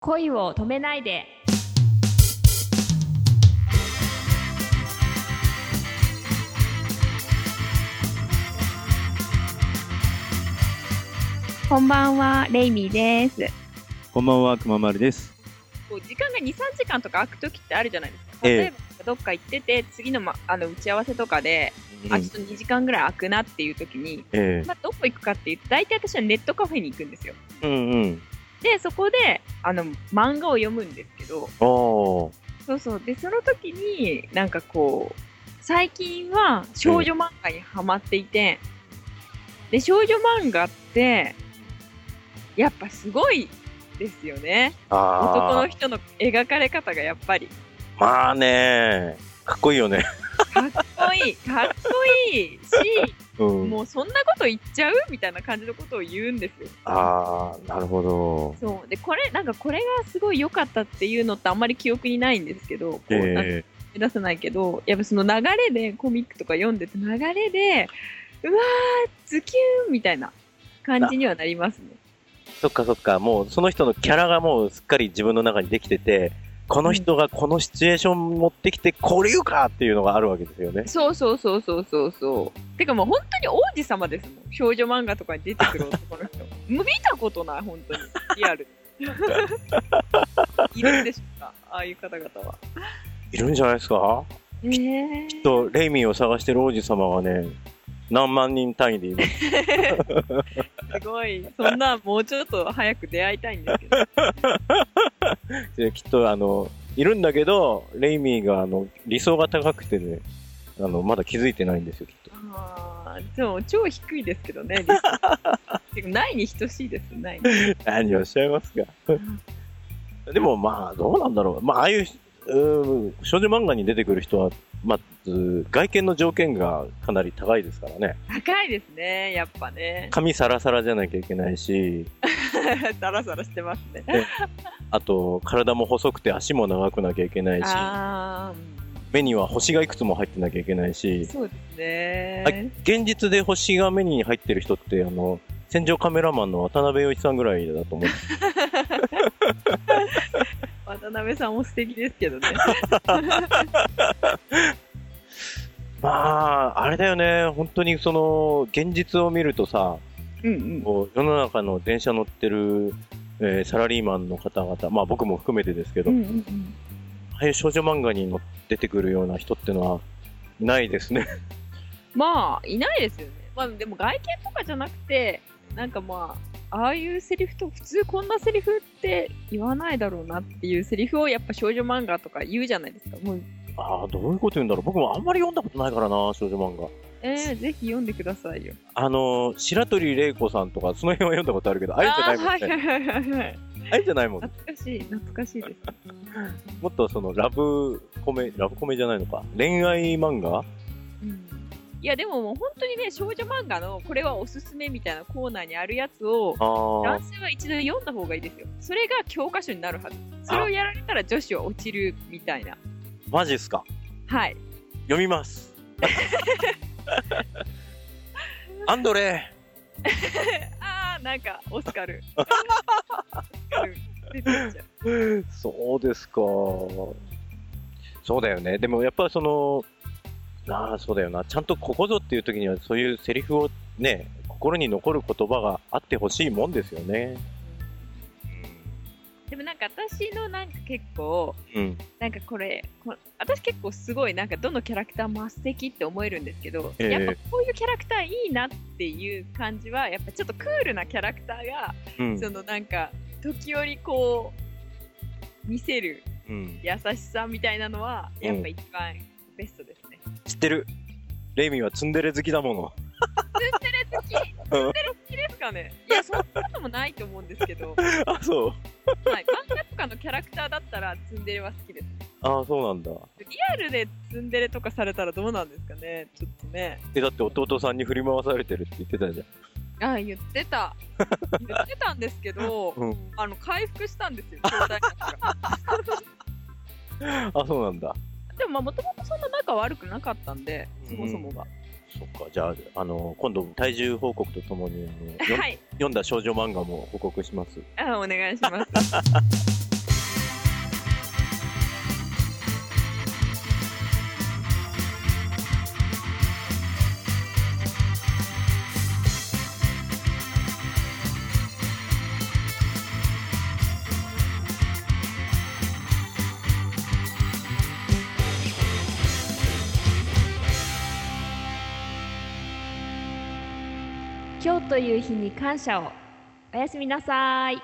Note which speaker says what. Speaker 1: 恋を止めないで。こんばんは、レイミーです。
Speaker 2: こんばんは、くままるです。
Speaker 3: こう時間が2、3時間とか空く時ってあるじゃないですか。
Speaker 2: ええ
Speaker 3: 例えば、どっか行ってて、次の,、ま、あの打ち合わせとかで、あ、ちょっと2時間ぐらい空くなっていう時に、
Speaker 2: え
Speaker 3: まあ、どこ行くかっていうと、大体私はネットカフェに行くんですよ。
Speaker 2: えうんうん。
Speaker 3: で、そこで、あの、漫画を読むんですけど、
Speaker 2: おー。
Speaker 3: そうそう。で、その時に、なんかこう、最近は少女漫画にハマっていて、で、少女漫画って、やっぱすごいですよね。男
Speaker 2: あ
Speaker 3: の人の描かれ方がやっぱり。
Speaker 2: ー。まあねかっこいいよね。
Speaker 3: かっこいい、かっこいいし、
Speaker 2: うん。
Speaker 3: もうそんなこと言っちゃうみたいな感じのことを言うんですよ。
Speaker 2: あー、なるほど。
Speaker 3: そうでこれなんかこれがすごい良かったっていうのってあんまり記憶にないんですけど、こうなんか
Speaker 2: え
Speaker 3: 思い出せないけどやっぱその流れでコミックとか読んでて流れでうわーズキュンみたいな感じにはなりますね。
Speaker 2: えそっかそっか。もう、その人のキャラがもうすっかり自分の中にできてて、この人がこのシチュエーション持ってきて、これ言うかっていうのがあるわけですよね。
Speaker 3: そうそうそうそうそうそう。てかもう本当に王子様ですもん。少女漫画とかに出てくる男の 人。もう見たことない、本当に。リアル。いるんでしょうかああいう方々は。
Speaker 2: いるんじゃないですか
Speaker 3: ええ
Speaker 2: きっと、レイミーを探してる王子様がね、何万人単位でいます。
Speaker 3: すごい。そんな、もうちょっと早く出会いたいんですけど。
Speaker 2: できっとあのいるんだけどレイミーがあの理想が高くてねあのまだ気づいてないんですよきっと
Speaker 3: ああ、でも超低いですけどね。リスナーてかないに等しいです。ないに。
Speaker 2: 何をおっしゃいますかでもまあどうなんだろうまあああいううん少女漫画に出てくる人はまず外見の条件がかなり高いですからね
Speaker 3: 高いですね、やっぱね。
Speaker 2: 髪サラサラじゃなきゃいけないし
Speaker 3: ダラダラしてますね。
Speaker 2: あと体も細くて足も長くなきゃいけないし
Speaker 3: ああ、
Speaker 2: 目には星がいくつも入ってなきゃいけない
Speaker 3: うん
Speaker 2: し
Speaker 3: そうですね。
Speaker 2: はい現実で星が目に入ってる人ってあの戦場カメラマンの渡辺陽一さんぐらいだと思う
Speaker 3: 渡辺さんも素敵ですけどね。
Speaker 2: まああれだよね本当にその現実を見るとさ
Speaker 3: うんうん。
Speaker 2: こう世の中の電車乗ってる、えーサラリーマンの方々まあ僕も含めてですけど、
Speaker 3: うんうんうん、
Speaker 2: ああいう少女漫画にの出てくるような人ってのはいないですね
Speaker 3: まあ、いないですよね。まあ、でも外見とかじゃなくて、なんかまあ、ああいうセリフと普通こんなセリフって言わないだろうなっていうセリフをやっぱ少女漫画とか言うじゃないですか。もう、
Speaker 2: ああどういうこと言うんだろう僕もあんまり読んだことないからな少女漫画
Speaker 3: えー、ぜひ読んでくださいよ。
Speaker 2: あの白鳥玲子さんとかその辺は読んだことあるけどああいうじゃないもん
Speaker 3: あーは
Speaker 2: ね
Speaker 3: いはいはいはい。
Speaker 2: ああいうじゃないもんね
Speaker 3: 懐かしい、懐かしいです。
Speaker 2: もっとそのラブコメ、ラブコメじゃないのか。恋愛漫画
Speaker 3: うんいや、でももう本当にね、少女漫画のこれはおすすめみたいなコーナーにあるやつを、
Speaker 2: ああ
Speaker 3: 男。性は一度読んだ方がいいですよ。それが教科書になるはず。それをやられたら女子は落ちるみたいな。
Speaker 2: マジっすか。
Speaker 3: はい。
Speaker 2: 読み ます。アンドレ
Speaker 3: ああ、なんか、オスカル。 オスカル出てっちゃう
Speaker 2: ー。そうですか。そうだよね。でもやっぱりその、ああ、そうだよな。ちゃんとここぞっていう時にはそういうセリフをね、心に残る言葉があってほしいもんですよね。
Speaker 3: でもなんか私のなんか結構、
Speaker 2: うん。
Speaker 3: なんかこれ、こ私結構すごいなんかどのキャラクターも素敵って思えるんですけど、
Speaker 2: ええ
Speaker 3: やっぱこういうキャラクターいいなっていう感じは、やっぱちょっとクールなキャラクターが、
Speaker 2: うん。
Speaker 3: そのなんか、時折こう、見せる
Speaker 2: うん、
Speaker 3: 優しさみたいなのはやっぱ一番ベストですね。
Speaker 2: 知ってる。レイミーはツンデレ好きだもの。
Speaker 3: 好き好きですかねいやそんなこともないと思うんですけど、はい、
Speaker 2: あ、そう。
Speaker 3: 漫画とかのキャラクターだったらツンデレは好きです。
Speaker 2: ああ、そうなんだ。
Speaker 3: リアルでツンデレとかされたらどうなんですかねちょっとね。
Speaker 2: え、だって弟さんに振り回されてるって言ってたじゃん。
Speaker 3: ああ言ってた言ってたんですけど、
Speaker 2: うん
Speaker 3: あの回復したんですよ兄弟仲が
Speaker 2: あ、そうなんだ。
Speaker 3: でももともとそんな仲悪くなかったんでそもそもが、
Speaker 2: そっか、じゃあ、あの、今度、体重報告とともに、あのよ
Speaker 3: はい
Speaker 2: 読んだ少女漫画も報告します。
Speaker 3: あお願いします
Speaker 1: 今日という日に感謝を。おやすみなさい。